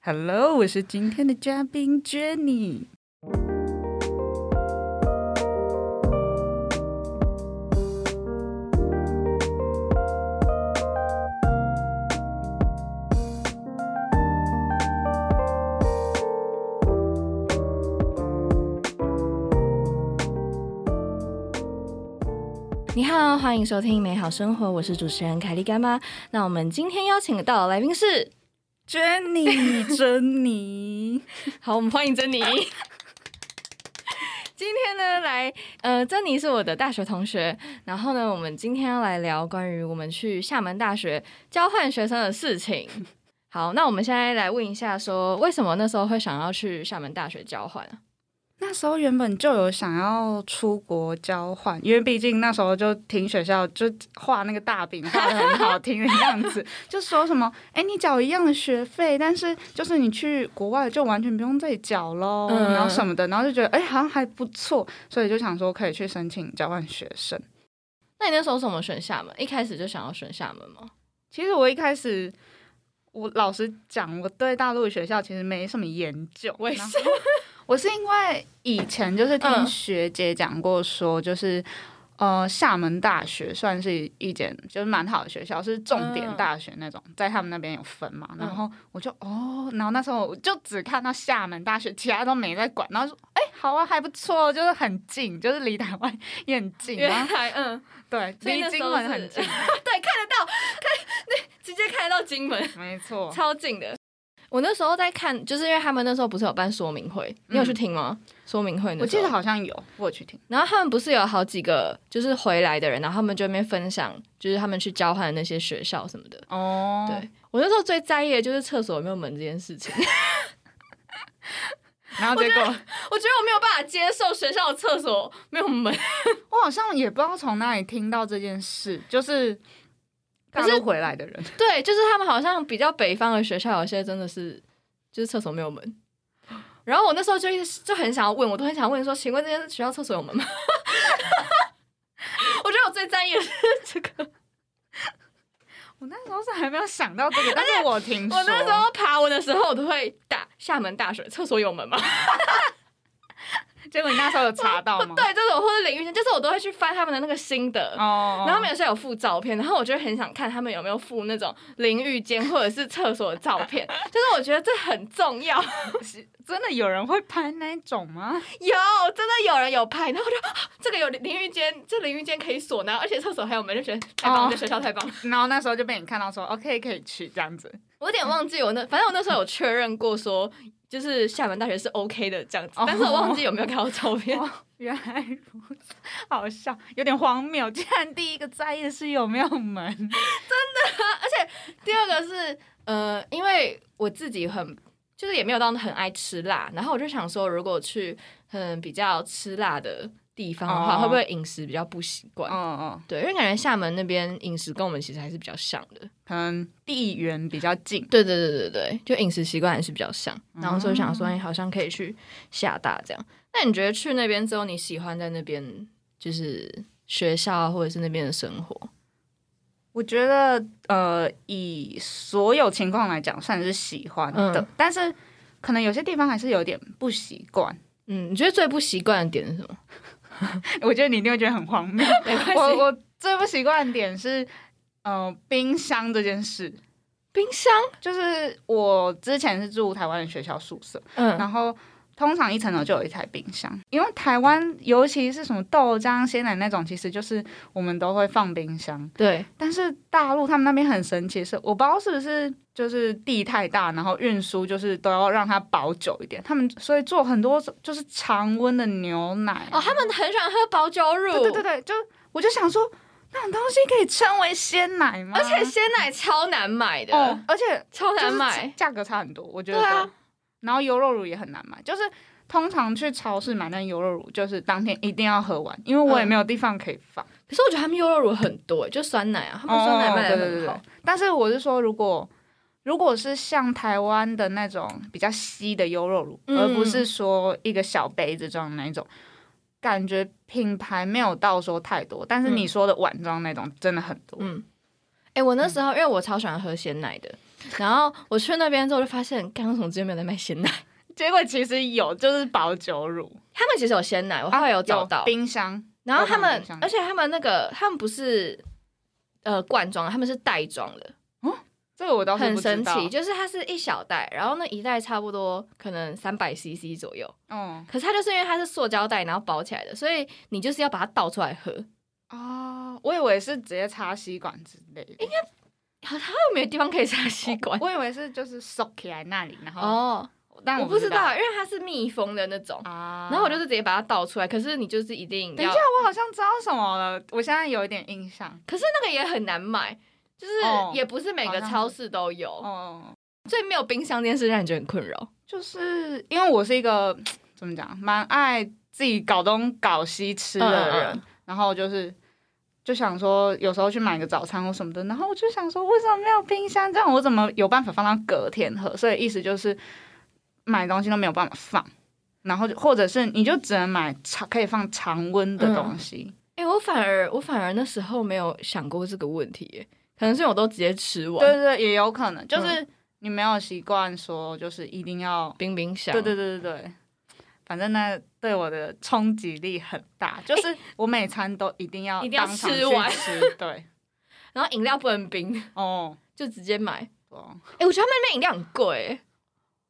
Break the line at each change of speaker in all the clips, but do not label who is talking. Hello，我是今天的嘉宾 Jenny。
你好，欢迎收听《美好生活》，我是主持人凯莉干妈。那我们今天邀请到的来宾是，
Jenny，珍妮，
好，我们欢迎珍妮。 今天呢，来，呃，珍妮是我的大学同学。然后呢，我们今天要来聊关于我们去厦门大学交换学生的事 情。好，那我们现在来问一下说为什么那时候会想要去厦门大学交换啊？
那时候原本就有想要出国交换，因为毕竟那时候就听学校就画那个大饼画的很好听的样子，就说什么哎、诶你缴一样的学费，但是就是你去国外就完全不用再缴喽，
嗯
然后什么的，然后就觉得哎、诶好像还不错，所以就想说可以去申请交换学生。
那你那时候怎么选厦门？一开始就想要选厦门吗？
其实我一开始，我老实讲，我对大陆的学校其实没什么研究。
我也
然
是
后 我是因为以前就是听
嗯
学姐讲过说，就是、呃，厦门大学算是一间就是蛮好的学校，是重点
嗯
大学那种，在他们那边有分嘛。然
嗯
后我就哦，然后那时候我就只看到厦门大学，其他都没在管。然后说，哎、好啊，还不错，就是很近，就是离台湾 也很近，然后
来，嗯，
对，
所以
离
那时
金
候
门
是
很近，
对，看得到，看， 那直接看得到金门。
没 错。
超近的。哦我那时候在看，就是因为他们那时候不是有办说明会，你有去听吗？说明会那
我
时候
记得好像有，我有去听。
然后他们不是有好几个就是回来的人，然后他们就在那边分享，就是他们去交换的那些学校什么的。
哦，
对，我那时候最在意的就是厕所有没有门这件事情，
然后结果
我觉得我没有办法接受学校的厕所没有门。
我好像也不知道从哪里听到这件事，就是大
可
陆
是
回来的人，
对，就是他们好像比较北方的学校，有些真的是就是厕所没有门。然后我那时候就一直就很想要问，我都很想问说，请问这间学校厕所有门吗？ 我觉得我最在意的是这个。
我那时候是还没有想到 这个，但是我听说，
我那时候爬文的时候，我都会打厦门大学厕所有门吗？
结果你那时候有查到吗？
对，这种或者领域线，就是我都会去翻他们的那个新的。
哦，
然后他们有时候有附照片，然后我就很想看他们有没有附那种淋浴间或者是厕所的照片，就是我觉得这很重要。
真的有人会拍那一种吗？
有，真的有人有拍，然后我就、 啊这个有淋淋浴间，这淋浴间可以锁呢，而且厕所还有门，就觉得太棒
哦
了，这学校太棒了。
然后那时候就被你看到说，OK 可以去这样子，
我有点忘记我那，反正我那时候有确认过说，就是厦门大学是 OK 的这样子，
哦
但是我忘记有没有看到照片。
哦原来如此，好笑，有点荒谬。竟然第一个在意的是有没有门，
第二个是呃，因为我自己很就是也没有到很爱吃辣，然后我就想说，如果去很比较吃辣的地方的话，
哦
会不会饮食比较不习惯？
嗯嗯，
对，因为感觉厦门那边饮食跟我们其实还是比较像的。
可能地缘比较近，
对对对对对，就饮食习惯还是比较像，然后所以想说，哎、好像可以去厦大这样。那你觉得去那边之后，你喜欢在那边就是学校啊或者是那边的生活？
我觉得呃，以所有情况来讲，算是喜欢的，
嗯
但是可能有些地方还是有点不习惯。
嗯，你觉得最不习惯的点是什么？
我觉得你一定会觉得很荒 谬。
没关
我
系，
我最不习惯的点是，呃，冰箱这件事。
冰箱，
就是我之前是住台湾的学校宿舍，
嗯，
然后通常一层楼就有一台冰箱，因为台湾尤其是什么豆浆、鲜奶那种，其实就是我们都会放冰箱。
对，
但是大陆他们那边很神奇的是，我不知道是不是就是地太大，然后运输就是都要让它保久一点，他们所以做很多就是常温的牛奶。
哦，他们很喜欢喝保酒乳，
对对对对，就我就想说，那种东西可以称为鲜奶吗？
而且鲜奶超难买的，
哦，而且
超
就是
难买，
价格差很多，我觉得。
对啊
然后优酪乳也很难买，就是通常去超市买那优酪乳，就是当天一定要喝完，因为我也
嗯
没有地方可以放。
可是我觉得他们优酪乳很多，就酸奶啊，他们酸奶卖的
哦对对
很
对
好，
对但是我是说，如果如果是像台湾的那种比较稀的优酪乳，
嗯
而不是说一个小杯子装的那种，感觉品牌没有到说太多。但是你说的碗装那种真的很多，
嗯嗯，哎、我那时候因为我超喜欢喝鲜奶的，然后我去那边之后就发现，刚刚从这边没有在卖鲜奶，
结果其实有，就是保酒乳，
他们其实有鲜奶，我后来有找到。
哦冰箱，
然后他
我
们
有放冰箱，
而且他们那个他们不是呃罐装，他们是袋装的，
这个我倒是
很
不知
神
道。
奇，就是它是一小袋，然后那一袋差不多可能三百 CC 左右。
嗯
可是它就是因为它是塑胶袋，然后包起来的，所以你就是要把它倒出来喝。
哦，我以为是直接插吸管之类的，应该
它又没有地方可以插吸管。
我以为是就是收起来那里，然后
哦，
但
我
不
不知道，因为它是密封的那种。
啊。
然后我就是直接把它倒出来，可是你就是一定
等一
要
下，，我好像知道什么了，我现在有一点印象。
可是那个也很难买，就是
哦
也不是每
好
个
像
超市都有，
哦，
所以没有冰箱这件事让你觉得很困扰。
就是因为我是一个怎么讲，蛮爱自己搞东搞西吃的人，
嗯嗯嗯
然后就是就想说，有时候去买个早餐或什么的，然后我就想说，为什么没有冰箱？这样我怎么有办法放到隔天喝？所以意思就是买东西都没有办法放，然后就或者是你就只能买常可以放常温的东西。
哎、我反而我反而那时候没有想过这个问题耶，可能是因为我都直接吃
对
完
对对，也有可能就是你没有习惯说，就是一定要
冰冰箱。
对对对对对，反正呢，对我的冲击力很大，就是我每餐都一定要
一定要
当场
吃
去
完
吃对，
然后饮料不能冰，
哦
就直接买。
哦
哎、我觉得他们那边饮料很贵耶，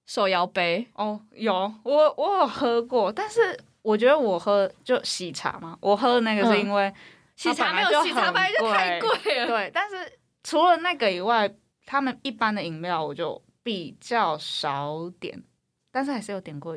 手摇杯。
哦，有我我有喝过，但是我觉得我喝就喜茶嘛，我喝的那个是因为、
喜茶
它本
没
来
有
就
喜茶，
很
本来就太
贵
贵了。
对，但是除了那个以外，他们一般的饮料我就比较少点，但是还是有点过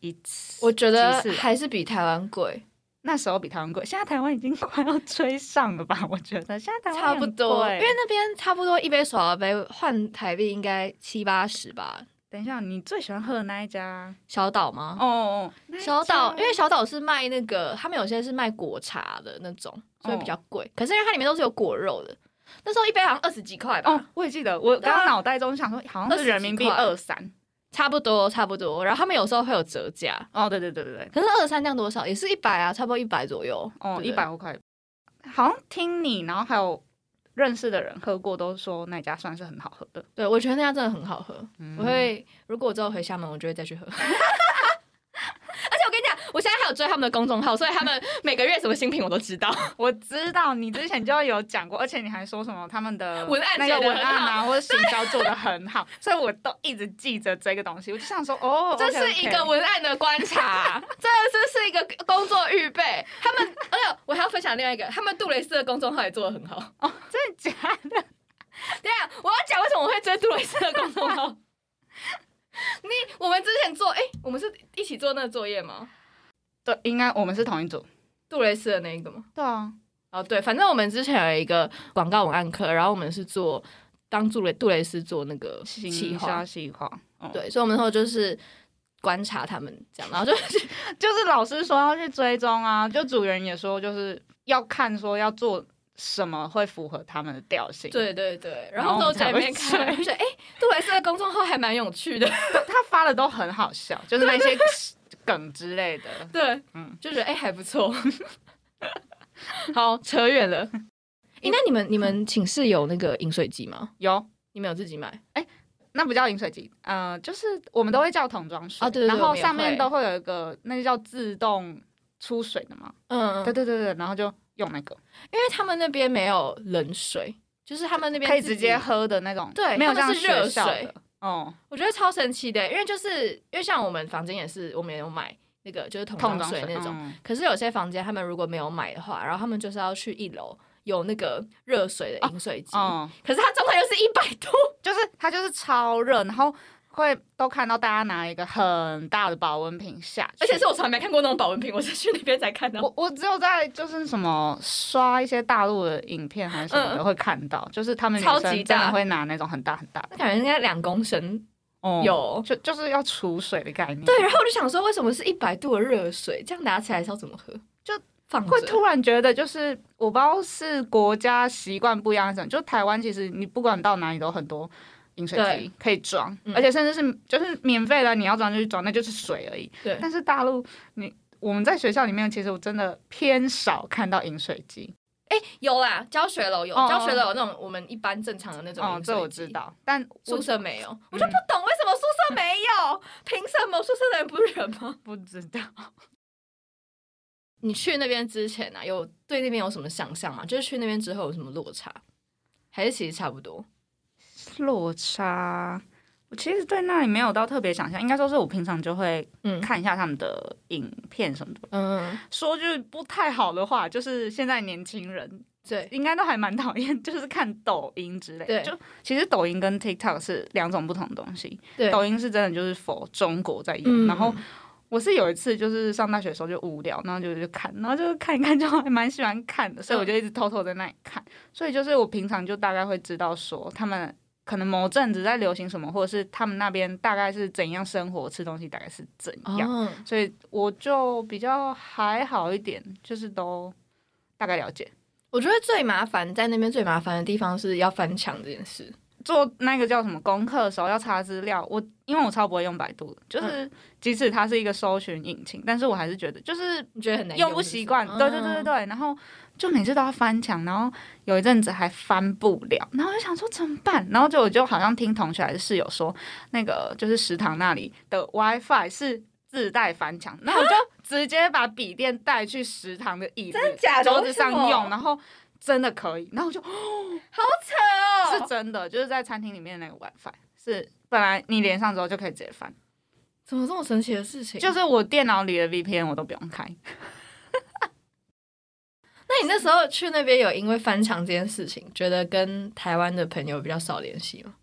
一次。
我觉得
几次
还是比台湾贵，
那时候比台湾贵，现在台湾已经快要追上了吧？我觉得现在台湾
差不
很
多，
贵
因为那边差不多一杯手摇杯换台币应该七八十吧。
等一下，你最喜欢喝的那一家？
小岛吗？
哦哦，那一家
小岛，因为小岛是卖那个，他们有些是卖果茶的那种，
哦
所以比较贵。可是因为它里面都是有果肉的，那时候一杯好像二十几块吧，
哦，我也记得，我
对啊
刚脑袋中想说好像是人民币
20几块
二三。
差不多差不多。然后他们有时候会有折价，
哦，对对对对对，
可是二三这样多少也是一百啊，差不多一百左右。
哦，
对
一
不对
百。多块。好像听你，然后还有认识的人喝过，都说那家算是很好喝的。
对，我觉得那家真的很好喝。
嗯
我会如果我之后回厦门，我就会再去喝。而 且我跟你讲，我现在还有追他们的公众号，所以他们每个月什么新品我都知道。
我知道你之前就有讲过，而且你还说什么他们的
文案
那
写
个
得
文案
很
啊，或者行销做 的很好，所以我都一直记着这个东西。我就想说，哦，
这是一个
OK，OK
文案的观察，这这是一个工作预备。他们，而且我还要分享另外一个，他们杜蕾斯的公众号也做的很好。
真的假的？
对啊，我要讲为什么我会追杜蕾斯的公众号。 你我们之前做，哎、我们是一起做那个作业吗？
对，应该我们是同一组。
杜蕾斯的那一个吗？
对啊，
哦，对，反正我们之前有一个广告文案课，然后我们是做帮杜蕾杜蕾斯做那个企
行
划
销，细化，嗯
对，所以我们那时候就是观察他们这样，然后就是
就是老师说要去追踪啊，就组员也说就是要看说要做什么会符合他们的调性。，
对对对，
然
然
后
后
我
都
们
在
才
那边
会
看，
追
就觉得哎，杜蕾斯的公众号还蛮有趣的，
他发的都很好 笑，就是那些梗之类的。
对，
嗯
就觉得哎、还不错。 好，扯远了。哎、那你们你们寝室有那个饮水机吗？
有，
你们有自己买？
那不叫饮水机，呃，就是我们都会叫桶装水，
啊对对对
然
我
后
们也
上面
会
都会有一个那个叫自动出水的嘛，
嗯
对对对对，然后就用那个
因为他们那边没有冷水，就是他们那边
可以
自
直
己
接。喝的那种，
对
没有
他
像
们是热
学校
水
的，哦，
我觉得超神奇的，因为就是因为像我们房间也是，我们也有买那个就是桶
桶
装
装
水那种。
嗯
可是有些房间他们如果没有买的话，然后他们就是要去一楼有那个热水的饮水机，
哦，
可是它状态又是一百度，
就是它就是超热，然后会都看到大家拿一个很大的保温瓶下去，
而且是我从来没看过那种保温瓶，我是去那边才看到。
我我只有在就是什么刷一些大陆的影片还是什么
嗯
的会看到，就是他们女
超
生
级
真
大
的会拿那种很大很大的，
那感觉应该两公升
哦
有。
就就是要储水的概念，
对，，然后我就想说，为什么是一百度的热水？这样拿起来是要怎么喝？
就
放着
会突然觉得就是我不知道是国家习惯不一样还是什么，就台湾其实你不管到哪里都很多。饮水
对
机可以装，
嗯
而且甚至是就是免费的，你要装就去装，那就是水而已。
对，
但是大陆，你我们在学校里面，其实我真的偏少看到饮水机。
哎、有啦，教学楼有，
哦哦
教学楼有那种我们一般正常的那种饮
哦
水，机。
这我知道，但我
宿舍没有，我嗯就不懂为什么宿舍没有，凭什么宿舍的人不是人吗？
不知道。
你去那边之前啊，有对那边有什么想象吗？就是去那边之后有什么落差，还是其实差不多？
落差，我其实对那里没有到特别想象，应该说是我平常就会
嗯
看一下他们的影片什么的。
嗯，
说句不太好的话，就是现在年轻人
对，
应该都还蛮讨厌，就是看抖音之类的。
对
就其实抖音跟 TikTok 是两种不同的东西。
对
抖音是真的就是否中国在用，
嗯
然后。我是有一次，就是上大学的时候就无聊，然后就就看，然后就看一看，就 还蛮喜欢看的，所
嗯
以我就一直偷偷在那里看。所以就是我平常就大概会知道说，他们可能某阵子在流行什么，或者是他们那边大概是怎样生活、吃东西大概是怎样。
哦，
所以我就比较还好一点，就是都大概了解。
我觉得最麻烦在那边最麻烦的地方是要翻墙这件事。
做那个叫什么功课的时候要查资料，我因为我超不会用百度的，就是即使它是一个搜寻引擎，但是我还是觉得就是
你觉得很难
用不习惯，
嗯
对对对对，对，然后就每次都要翻墙，然后有一阵子还翻不了，然后我就想说怎么办，然后就我就好像听同学还是室友说，那个就是食堂那里的 WiFi 是自带翻墙，那我就直接把笔电带去食堂的椅子
真的假的
桌子上
为什么
用，然后。真的可以，然后我就
哦
是真的，就是在餐厅里面那个 WiFi 是本来你连上之后就可以直接翻，
怎么这么神奇的事情？
就是我电脑里的 VPN 我都不用开，
那你那时候去那边有因为翻墙这件事情，觉得跟台湾的朋友比较少联系吗？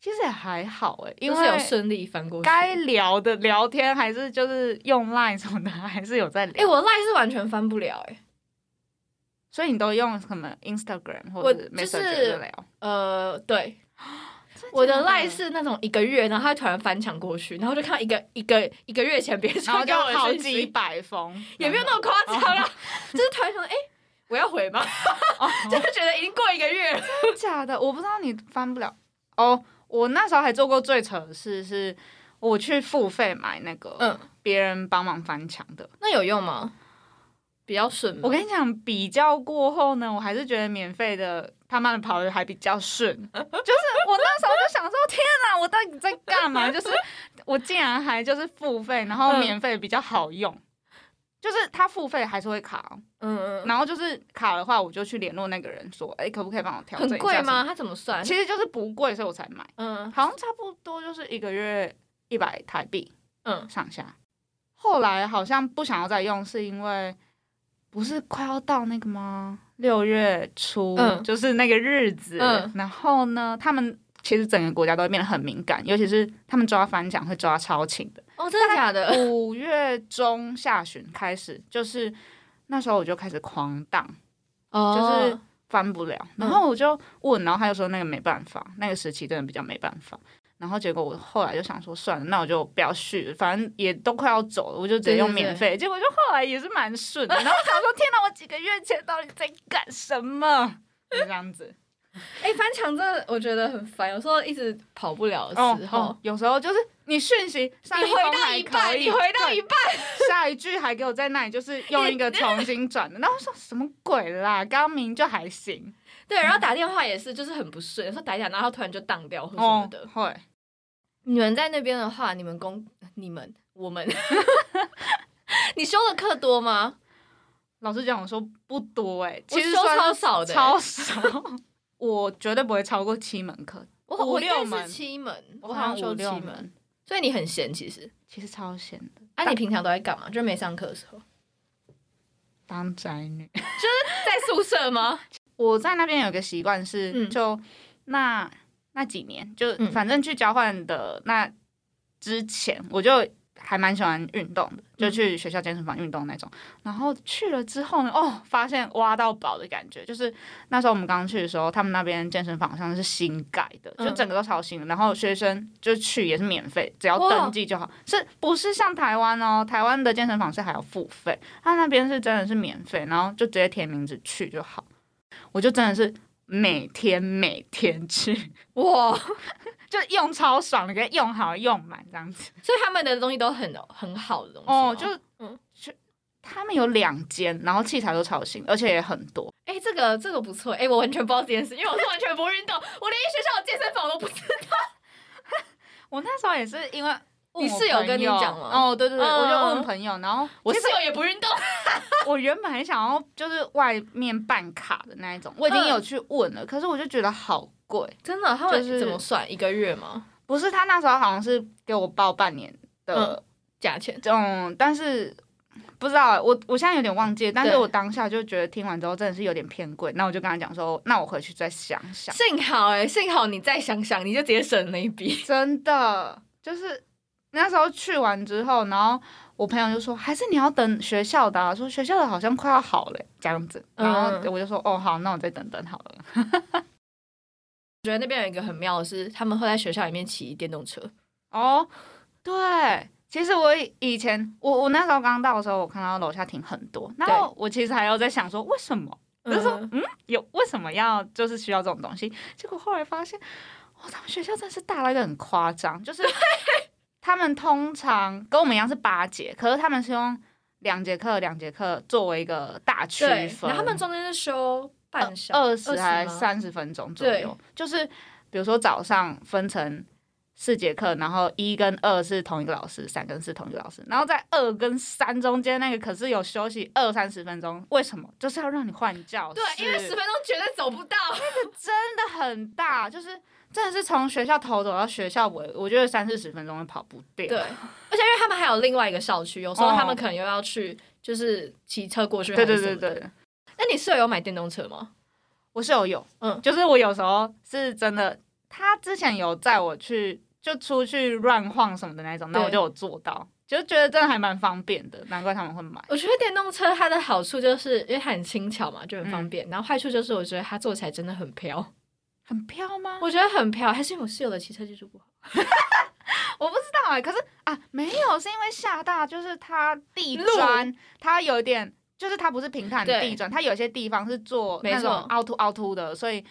其实也还好哎、因
就是
为
有顺利翻过去。
该聊的聊天还是就是用 Line 什么的，还是有在
哎、
聊。
我赖是完全翻不了哎、
所以你都用什么 Instagram 或者
我就是
Messenger 就聊？
呃，对，我的赖
赖，
是那种一个月，然后他突然翻墙过去，然后就看到一个一个一个月前别人
然后
传给
就
我的
好
讯
几
息，
百封，
也没有那么夸张啊，就是突然想说，哎、我要回吗？
哦，
就是觉得已经过一个月了。
真的假的？我不知道你翻不了哦。我那时候还做过最扯的事，是我去付费买那个
嗯，
别人帮忙翻墙的。
那有用吗？比较顺
我
吗？
跟你讲，比较过后呢，我还是觉得免费的他妈的跑的还比较顺。 就是我那时候就想说，天哪，我到底在干 嘛？就是我竟然还就是付费，然后
嗯
免费比较好用。就是他付费还是会卡哦，
嗯嗯，
然后就是卡的话，我就去联络那个人说，哎、可不可以帮我调整一
很
下？
贵？吗？它怎么算？
其实就是不贵，所以我才买，
嗯
好像差不多就是一个月一百台币
嗯，
上下。后来好像不想要再用，是因为不是快要到那个吗？六月初、
嗯
就是那个日子。
嗯
然后呢，他们其实整个国家都会变得很敏感，尤其是他们抓反奖会抓超勤的。
哦，真的假的？
五月中下旬开始，就是那时候我就开始狂荡，
哦，
就是翻不了。
嗯
然后我就问，然后他就说那个没办法，那个时期真的比较没办法。然后结果我后来就想说算了，那我就不要续，反正也都快要走了，我就直接用免费。结果就后来也是蛮顺的。然后我想说，天哪，我几个月前到底在干什么？就这样子。
哎、翻墙真的我觉得很烦，有时候一直跑不了的
哦
时候，
哦，有时候就是你讯息上
你
一
回
封
到
还
一
可
半，
以，
你回到一半，
对下一句还给我在那里，就是用 一个重新转的。然后我说什么鬼啦？刚刚明明就还行
对，然后打电话也是，就是很不顺，有时候打一打，然后突然就荡掉或什么
哦
的。，
会。
你们在那边的话，你们公你们我们， 你修的课多吗？
老实讲，我说不多哎、
我
其实
修
算
超少的欸
超少。 我绝对不会超过七门课，
我
五
我应
六
该
门
是七门，
我
好像
五
修七
六
门，，所以你很闲其实。
其实超闲的，
啊，
但
你平常都在干嘛？就是没上课的时候，
当宅女。
在宿舍吗？
我在那边有个习惯是，
嗯
就那那几年，就
嗯
反正去交换的那之前，我就还蛮喜欢运动的，
嗯
就去学校健身房运动那种。然后去了之后呢，哦，发现挖到宝的感觉，就是那时候我们刚去的时候，他们那边健身房好像是新盖的，
嗯
就整个都超新的。然后学生就去也是免费，只要
哇
哦登记就好，是不是像台湾哦？台湾的健身房是还要付费，他那边是真的是免费，然后就直接填名字去就好。我就真的是每天每天去，
哇，
就用超爽的，给它用好用满这样子。哦
所以他们的东西都很很好的东西吗。
哦，就是
哦嗯
去他们有两间，然后器材都超新，而且也很多。
哎、这个这个不错，哎、我完全不知道这件事，因为我是完全不运动，我连学校有健身房都不知道。
我那时候也是因为
你室友跟你讲吗？
哦，对对对，
嗯
我就问朋友，然后
我
其
室
实
友也不运动，
我原本很想要就是外面办卡的那一种，我已
嗯
经有去问了，可是我就觉得好贵。
真的，他
就是
算一个月吗？
不是他那时候好像是给我报半年
嗯
的
价钱？
这种，但是不知道欸我我现在有点忘记了，但是
对
我当下就觉得听完之后真的是有点偏贵，那我就跟他讲说，那我回去再想想。
幸好哎、幸好你再想想，你就直接省了一笔。
真的就是那时候去完之后，然后我朋友就说，还是你要等学校的、啊，说学校的好像快要好了欸这样子，然后
嗯
我就说，哦好，那我再等等好了。
我觉得那边有一个很妙的是，他们会在学校里面骑电动车。
哦，对，其实我以以前我我那时候刚到的时候，我看到楼下停很多，然后我其实还有在想说，为什么？就是说
嗯，
嗯，有为什么要就是需要这种东西？结果后来发现，哇，他们学校真是大到一个很夸张， 就是他们通常跟我们一样是八节，可是他们是用两节课两节课作为一个大区
对，
分，
然后他们中间是休半小
二十还
吗
三十分钟左
对
右，就是比如说早上分成四节课，然后一跟二是同一个老师，三跟四同一个老师，然后在二跟三中间那个可是有休息二三十分钟，为什么？就是要让你换教室，
对，因为十分钟绝对走不到。
真的很大，就是真的是从学校头走到学校尾，我觉得三四十分钟都跑不掉。
对，而且因为他们还有另外一个校区，有时候
哦
他们可能又要去，就是骑车过去。
对对对。对，
那你舍友有买电动车吗？
我是有有，
嗯
嗯，就是我有时候是真的，他之前有载我去就出去乱晃什么的那种，那我
对
就有做到，就觉得真的还蛮方便的，难怪他们会买。
我觉得电动车它的好处就是因为它很轻巧嘛，就很方便。然后坏处就是我觉得它坐起来真的很飘，
很飘吗？我
我觉得很飘，还是因为我室友的骑车技术不好。
我不知道哎、可是啊，没有，是因为厦大就是它地
路
砖，它有点就是它不是平坦的
对
地砖，它有些地方是做
没
那种
错
凹凸凹凸的，所以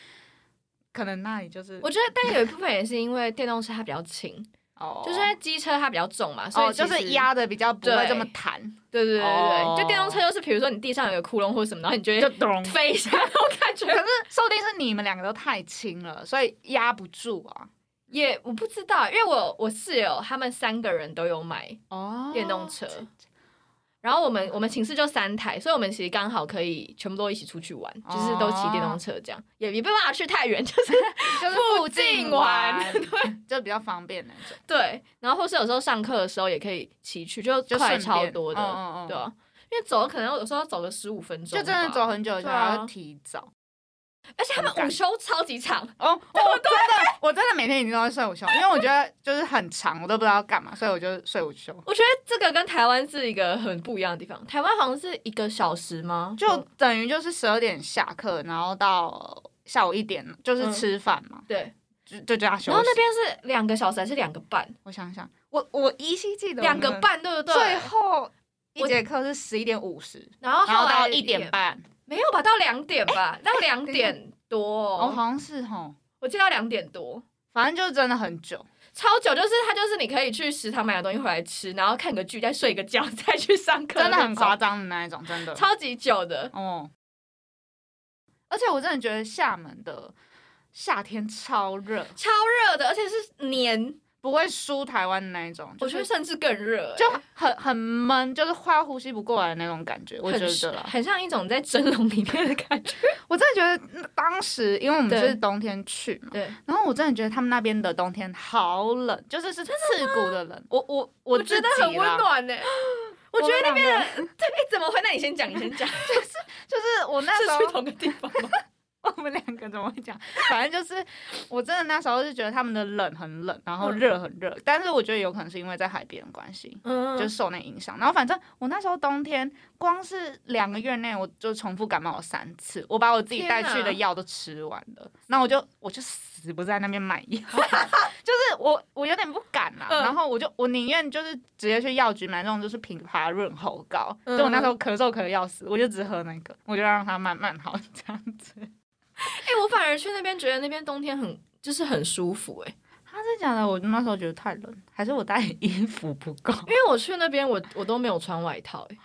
可能那里就是
我觉得，但有一部分也是因为电动车它比较轻，
哦，
就是因为机车它比较重嘛，所以、
哦，就是。压的比较不会
对
这么弹，
对对对对对，
哦
就电动车就是比如说你地上有个窟窿或者什么，然后你觉
就
得
咚。
飞一下，那种 感觉
可是说不定是你们两个都太轻了，所以压不住啊。
也我不知道，因为我我室友他们三个人都有买
哦
电动车，然后我们我们寝室就三台，所以我们其实刚好可以全部都一起出去玩，
哦
就是都骑电动车这样，也也没办法去太远， 就是
就是
附近
近
玩
就比较方便那种，
对。然后或是有时候上课的时候也可以骑去，就
就顺
快
便
超多的，
嗯嗯嗯
对啊，因为走可能有时候要走个十五分钟，
就真的走，很久，
对啊
还要提早。
而且他们
很赶
午休超级长，
哦，我真的，我真的每天已经都在睡午休，因为我觉得就是很长，我都不知道要干嘛，所以我就睡午休，
我觉得这个跟台湾是一个很不一样的地方。台湾好像是一个小时吗？
就等于就是十二点下课，然后到下午一点就是吃饭嘛，
对，
就就这样休
嗯然后那
息。
边是两个小时还是两个半？
我想想，我我依稀记得
两个
我们
半对不对？
最后一
我
节课是十一点五十，
然后
哦然后
后来
到一点半，
没有吧？到两点吧，到两
等一下
点多
哦，
哦，
好像是吼，
我记得到两点多，
反正就是真的很久。
超久。就是它就是你可以去食堂买个东西回来吃，然后看个剧，再睡个觉， 再去上课，
真的很夸，张的那一种，真的。
超级久的。
哦，而且我真的觉得厦门的夏天超热，
超热的，而且是黏，
不会输台湾的那一种，
我
就
觉得
是
甚至更热、欸
就很很闷，就是快要呼吸不过来的那种感觉。我觉得
很
啦，
很像一种在蒸笼里面的感觉。
我真的觉得那当时因为我们
对
是冬天去嘛，
对，
然后我真的觉得他们那边的冬天好冷，就是是刺骨的冷。我我我
我觉
自
得
己
很温
啦
暖呢、欸 我觉得那边
我
的，
们
哎、怎么会？那你先讲，你先 讲，是
就是我那时候
去同个地方吗？
我们两个怎么会讲？反正就是，我真的那时候是觉得他们的冷很冷，然后
嗯
热很热，但是我觉得有可能是因为在海边的关系，
嗯
就是受那影响。然后反正我那时候冬天，光是两个月内我就重复感冒了三次，我把我自己带去
天哪嗯
的药都吃完了，那我就我就死不在那边买 药，就是我我有点不敢啦。
嗯
然后我就我宁愿就是直接去药局买那种就是枇杷润喉膏，
嗯
就我那时候咳嗽咳得要死，我就只喝那个，我就让它慢慢好这样子。
哎、我反而去那边觉得那边冬天很就是很舒服哎、
他是讲的，我那时候觉得太冷，还是我带衣服不够？
因为我去那边我我都没有穿外套哎、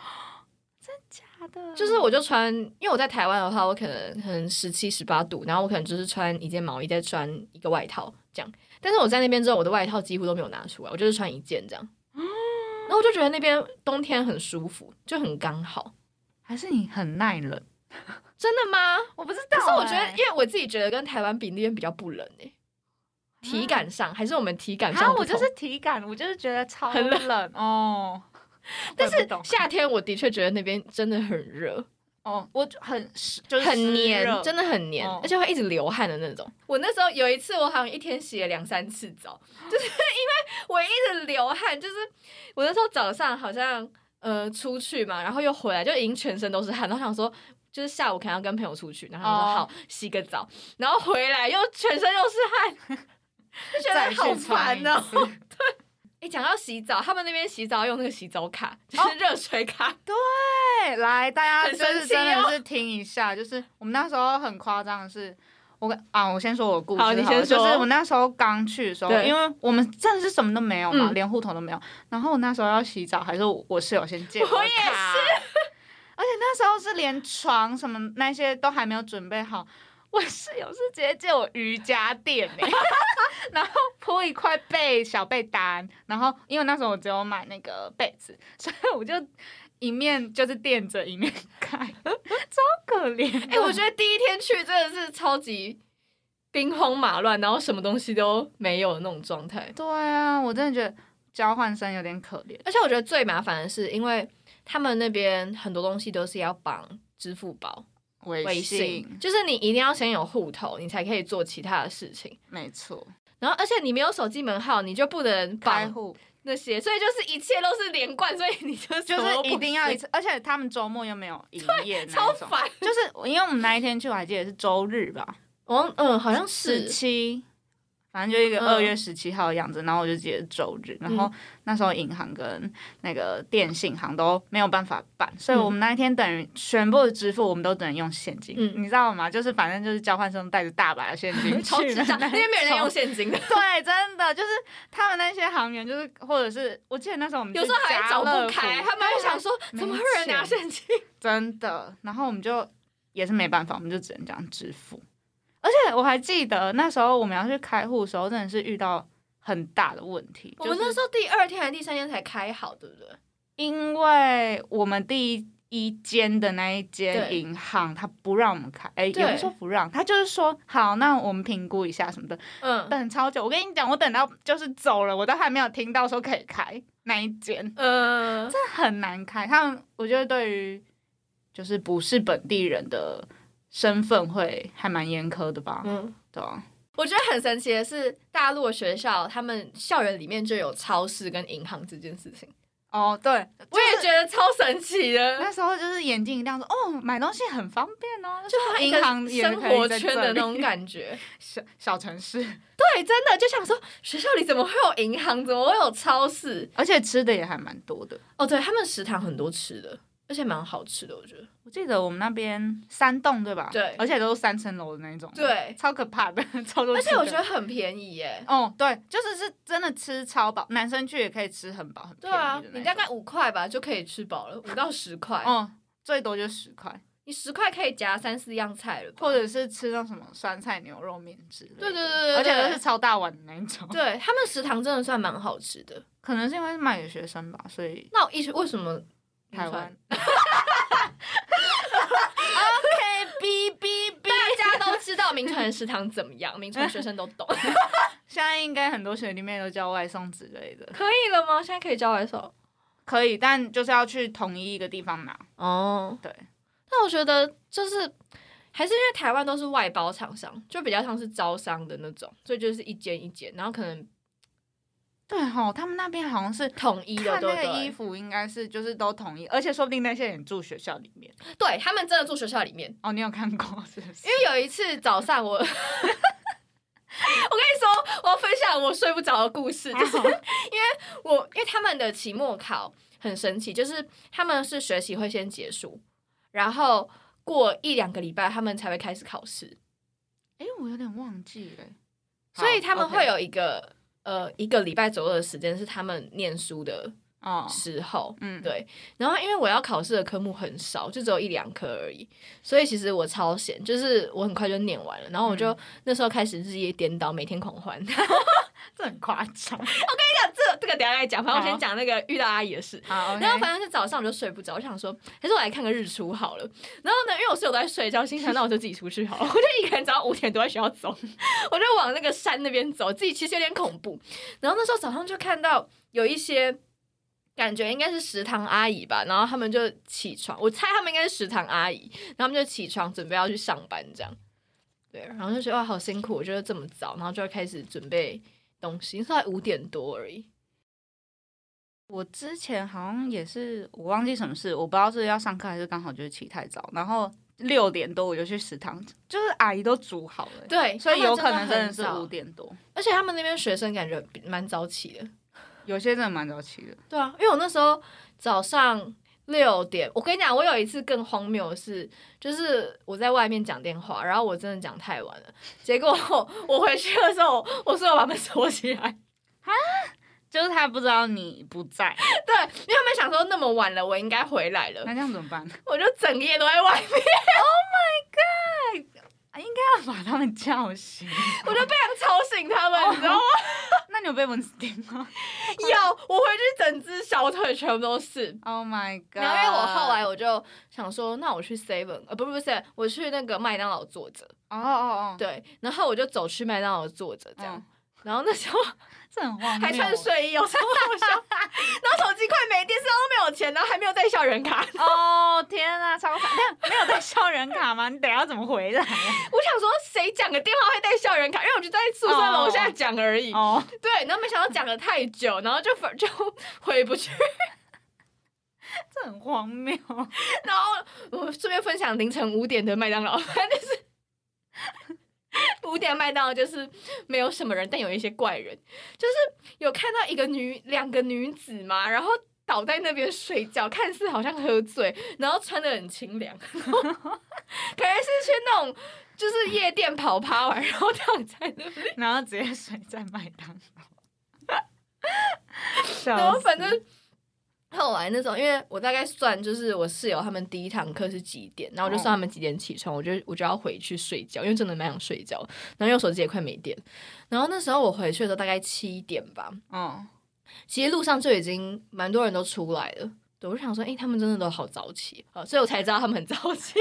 真的？
就是我就穿，因为我在台湾的话，我可能可能十七十八度，然后我可能就是穿一件毛衣，再穿一个外套这样。但是我在那边之后，我的外套几乎都没有拿出来，我就是穿一件这样。然后我就觉得那边冬天很舒服，就很刚好。
还是你很耐冷？
真的吗？
我不知道、
可是我觉得，
哎
因为我自己觉得跟台湾比，那边比较不冷诶、体感上还是我们体感上
啊，
不同。
我就是体感，我就是觉得超
很冷
冷哦。
但
我也
是
不懂
夏天我的确觉得那边真的很热，
哦，我就很湿就是
很黏，
真
真的很黏，
嗯
而且会一直流汗的那种。我那时候有一次，我好像一天洗了两三次澡，就是因为我一直流汗，就是我那时候早上好像呃出去嘛，然后又回来，就已经全身都是汗，然后想说。就是下午可能要跟朋友出去，然后我说
哦
好、洗个澡，然后回来又全身又是汗，就觉得好烦哦、
哦。
哎、讲到洗澡，他们那边洗澡用那个洗澡卡，就是热水 卡，
对，来，大家
很
就
生
是
气
真
哦
的是听一下，就是我们那时候很夸张的是。我跟啊，我先说我的故事
好
了
你先说
就是我那时候刚去的时候，
对
因为我们真的是什么都没有嘛，
嗯
连户头都没有。然后我那时候要洗澡，还是我我室友先借的
我也
卡，而且那时候是连床什么那些都还没有准备好，我室友是直接借我瑜伽垫、 欸，然后铺一块被小被单，然后因为那时候我只有买那个被子，所以我就一面就是垫着一面盖，超可怜的。
哎、我觉得第一天去真的是超级兵荒马乱，然后什么东西都没有的那种状态。
对啊，我真的觉得交换生有点可怜。
而且我觉得最麻烦的是，因为他们那边很多东西都是要绑支付宝、
微
微信，就是你一定要先有户头，你才可以做其他的事情。
没错，
然后，而且你没有手机门号，你就不能
开
绑
户
那些，所以就是一切都是连贯，所以你就
就
什么都不
是一定要一
行
次，而且他们周末又没有营业那
超
一种，
烦。
就是因为我们那一天去，我还记得是周日吧，
哦，嗯，好像
十
是
七，反正就一个
嗯
二月十七号的样子，然后我就记得是周日，然后那时候银行跟那个电信行都没有办法办，所以
嗯
我们那一天等于全部的支付我们都只能用现金，
嗯
你知道吗？就是反正就是交换生带着大把的现 金
超
去
智
的
障，
那
那边没有人在
种
用。现金 的。
对，真的就是他们那些行员，就是或者是我记得那时候我们
有时候
去
还
家
找
乐
不
福
开，他们还想说
没
怎么会有人拿现 金？
真的。然后我们就也是没办法，我们就只能这样支付。而且我还记得那时候我们要去开户的时候，真的是遇到很大的问题，
我们
就
那
是
时候第二天还是第三天才开好，对不对？
因为我们第一间的那一间
对
银行，他不让我们开，哎、
对
也不是说不让，他就是说好，那我们评估一下什么的，
嗯
等超久。我跟你讲，我等到就是走了，我都还没有听到说可以开那一间。
呃，
真的很难开。他们我觉得对于就是不是本地人的身份会还蛮严苛的吧？
嗯，
对啊，
我觉得很神奇的是，大陆的学校他们校园里面就有超市跟银行这件事情，
哦对，
我也
得。
觉得超神奇的，
那时候就是眼睛一亮说，哦，买东西很方便哦，
就好像一
银
个
行也
生
可以
活
在
圈
这
的
里
那种感觉。
小小城市，
对，真的就想说，学校里怎么会有银行？怎么会有超市？
而且吃的也还蛮多的。
哦，对他们食堂很多吃的，而且蛮好吃的，我觉得。
我记得我们那边三栋对吧？
对
而且都是三层楼的那种，，
对，
超可怕的，超多
而
吃嗯的。
且我觉得很便宜耶。
哦，对，就是是真的吃超饱，男生去也可以吃很饱，很
对
便宜的
啊
那，
你
种
大概五块吧就可以吃饱了，五 到十块。
哦，最多就十块。
你十块可以夹三四样菜了吧，
或者是吃那什么酸菜牛肉面之类的。
啊对对对对
而且
对
都是超大碗的那一种。，
对他们食堂真的算蛮好吃的。
可能是因为是卖给学生吧，所以
那我一直为什么
台湾
嗯
OK B B B，
大家都知道名传的食堂怎么样？名传学生都懂。
现在应该很多学弟妹都叫外送之类的，
可以了吗？现在可以交外手
可以，但就是要去统一一个地方拿。
哦。
对，
那我觉得就是还是因为台湾都是外包厂商，就比较像是招商的那种，所以就是一间一间，然后可能
对吼，他们那边好像是。
统一的，
看
对
那
不
个衣
对？
服应该是就是都统一，而且说不定那些人住学校里面
对他们真的住学校里面，
哦，你有看过是不是
因？为有一次早上我，我跟 你说，我要分享我睡不着的故 事， 就是我因为他们的期末考很神奇，就是他们是学习会先结束，然后过一两个礼拜他们才会开始考试，
哎、我有点忘记了，欸
所以他
好
们
，OK
会有一个、呃一个礼拜左右的时间是他们念书的
哦，
时候，
嗯，
对，然后因为我要考试的科目很少，就只有一两科而已，所以其实我超闲，就是我很快就念完了。然后我
嗯
就、那时候开始日夜颠倒，每天狂欢。
这很夸张。
这这个等一下再讲，反正我
好
先讲那个遇到阿姨的事。
好
然后
正
反正是早上我就睡不着，我想说还是我来看个日出好了。然后呢，因为我室友都在睡觉，心想那我就自己出去好了。我 就一个人早上五点多在学校走，我就往那个山那边走，自己其实有点恐怖。然后那时候早上就看到有一些。感觉应该是食堂阿姨吧，然后他们就起床，我猜他们应该是食堂阿姨，然后他们就起床准备要去上班这样，对，然后就觉得哇好辛苦，我觉得这么早，然后就要开始准备东西，大概五点多而已，
我之前好像也是，我忘记什么事，我不知道是要上课还是刚好就是起太早，然后六点多我就去食堂，就是阿姨都煮好了、
对，
所以有
他
可能真
们真的
的
很
是
早
五点多，
而且他们那边学生感觉比蛮早起的。
有些真的蛮早起的。
对啊，因为我那时候早上六点，我跟你讲，我有一次更荒谬的是，就是我在外面讲电话，然后我真的讲太晚了，结果我回去的时候，我室友把门锁起来。
就是他不知道你不在，
对，因为他们想说那么晚了，我应该回来了
那，这样怎么办？
我就整夜都在外面，
要把他们叫醒。
我就被人吵醒他们，你知道吗？
那你有被蚊子叮吗
有，我回去整只小腿全部都是。
？Oh my god！
然后因为我后来我就想说，那我去 Seven，呃，不不不是，我去那个麦当劳坐着，
哦哦哦，
对，然后我就走去麦当劳坐着这样。
嗯
然后那时候
这很荒谬。哦
还穿睡衣，有时候好笑。 然后手机快没电，身上都没有钱，然后还没有带校园卡。
哦天啊，超惨！但没有带校园卡吗？你等一下怎么回来啊？
我想说，谁讲个电话会带校园卡？因为我就在宿舍楼下讲而已。
哦，
对，然后没想到讲了太久，然后就反就回不去。
这很荒谬。
然后我顺便分享凌晨五点的麦当劳， 反正就是。五点麦当劳就是没有什么人，但有一些怪人，就是有看到一个女两个女子嘛，然后倒在那边睡觉，看似好像喝醉，然后穿的很清凉，然后 感觉是去那种就是夜店跑趴完，然后躺在那边，
然后直接睡在麦当劳。笑死
然后反正后来那种，因为我大概算就是我室友他们第一堂课是几点，然后我
哦
就算他们几点起床，我就我就要回去睡觉，因为真的蛮想睡觉，然后因为我手机也快没电，然后那时候我回去的时候大概七点吧，
哦，
其实路上就已经蛮多人都出来了。对，我就想说，诶，他们真的都好早起啊、呃所以我才知道他们很早起。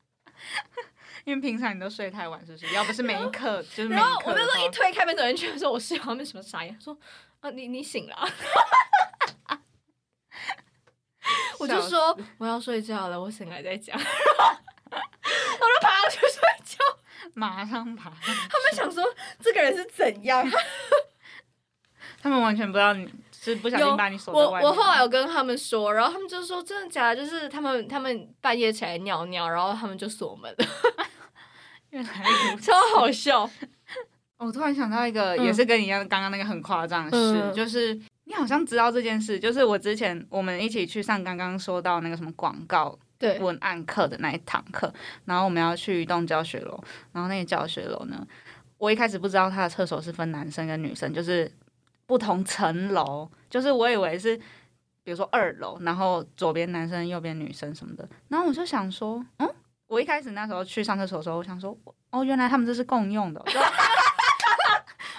因为平常你都睡太晚，是不是？要不是没课，就是没
然后
课
我
的
那时
话
候一推开门走进去的时候，我室友他们什么傻眼，说：“啊，你你醒了啊、我就说我要睡觉了，我醒来再讲。然后我就爬上去睡觉。
马上爬。
他们想说这个人是怎样？
他们完全不知道你是不小心
有
把你锁在
我
外面。
我后来有跟他们说，然后他们就说真的假的？就是他们他们半夜起来尿尿，然后他们就锁门了，
原来如此。
超好笑。
我突然想到一个，
嗯
也是跟你一样，刚刚那个很夸张的事，
嗯
就是你好像知道这件事，就是我之前我们一起去上刚刚说到那个什么广告
对，
文案课的那一堂课，然后我们要去一栋教学楼，然后那个教学楼呢，我一开始不知道它的厕所是分男生跟女生，就是不同层楼，就是我以为是。比如说二楼，然后左边男生，右边女生什么的，然后我就想说，嗯，我一开始那时候去上厕所的时候，我想说，哦，原来他们这是共用的 哦，就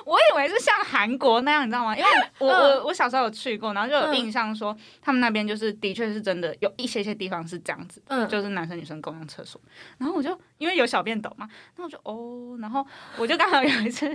我以为是像韩国那样，你知道吗？因为我
嗯
我我小时候有去过，然后就有
嗯
印象说，他们那边就是的确是真的有一些些地方是这样子，
嗯，
就是男生女生共用厕所。然后我就因为有小便斗嘛，然后我就哦，然后我就刚好有一次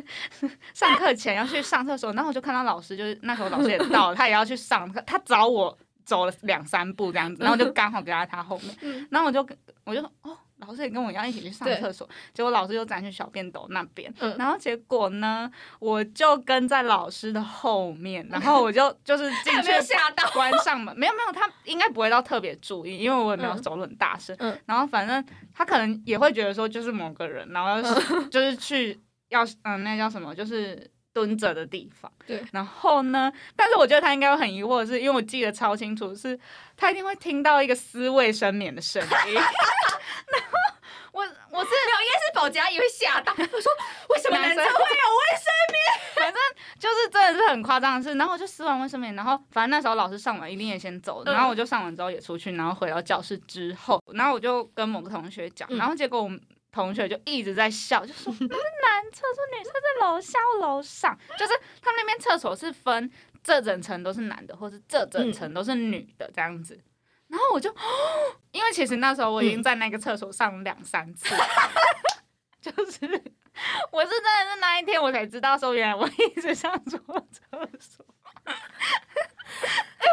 上课前要去上厕所，然后我就看到老师，就是那时候老师也到了，他也要去上课，他找我走了两三步这样子，然后我就刚好跟在他后面
嗯，
然后我就跟我就说哦，老师也跟我一样一起去上
对
厕所，结果老师就站去小便斗那边，
嗯
然后结果呢，我就跟在老师的后面，然后我就就是 进
他有
去
没有吓到？
关上门，没有没有，他应该不会到特别注意，因为我也没有
嗯
走路很大声。
嗯
然后反正他可能也会觉得说就是某个人，然后是 就是去要嗯那叫什么，就是蹲着的地方。
对。
然后呢，但是我觉得他应该会很疑惑的是，因为我记得超清楚，是他一定会听到一个撕卫生棉的声音。 然后我我
没有，应该是保洁阿姨会吓到，我说为什么男生会有卫生？
男反正就是真的是很夸张的事。然后我就撕完卫生棉，然后反正那时候老师上完一定也先走，
嗯
然后我就上完之后也出去，然后回到教室之后，然后我就跟某个同学讲，
嗯
然后结果我们。同学就一直在笑，就说你们男厕所、女厕在楼下、楼上，就是他们那边厕所是分这整层都是男的，或是这整层都是女的这样子。然后我就， 因为其实那时候我已经在那个厕所上两三次， 就是我是真的是那一天我才知道说，原来我一直上错厕所。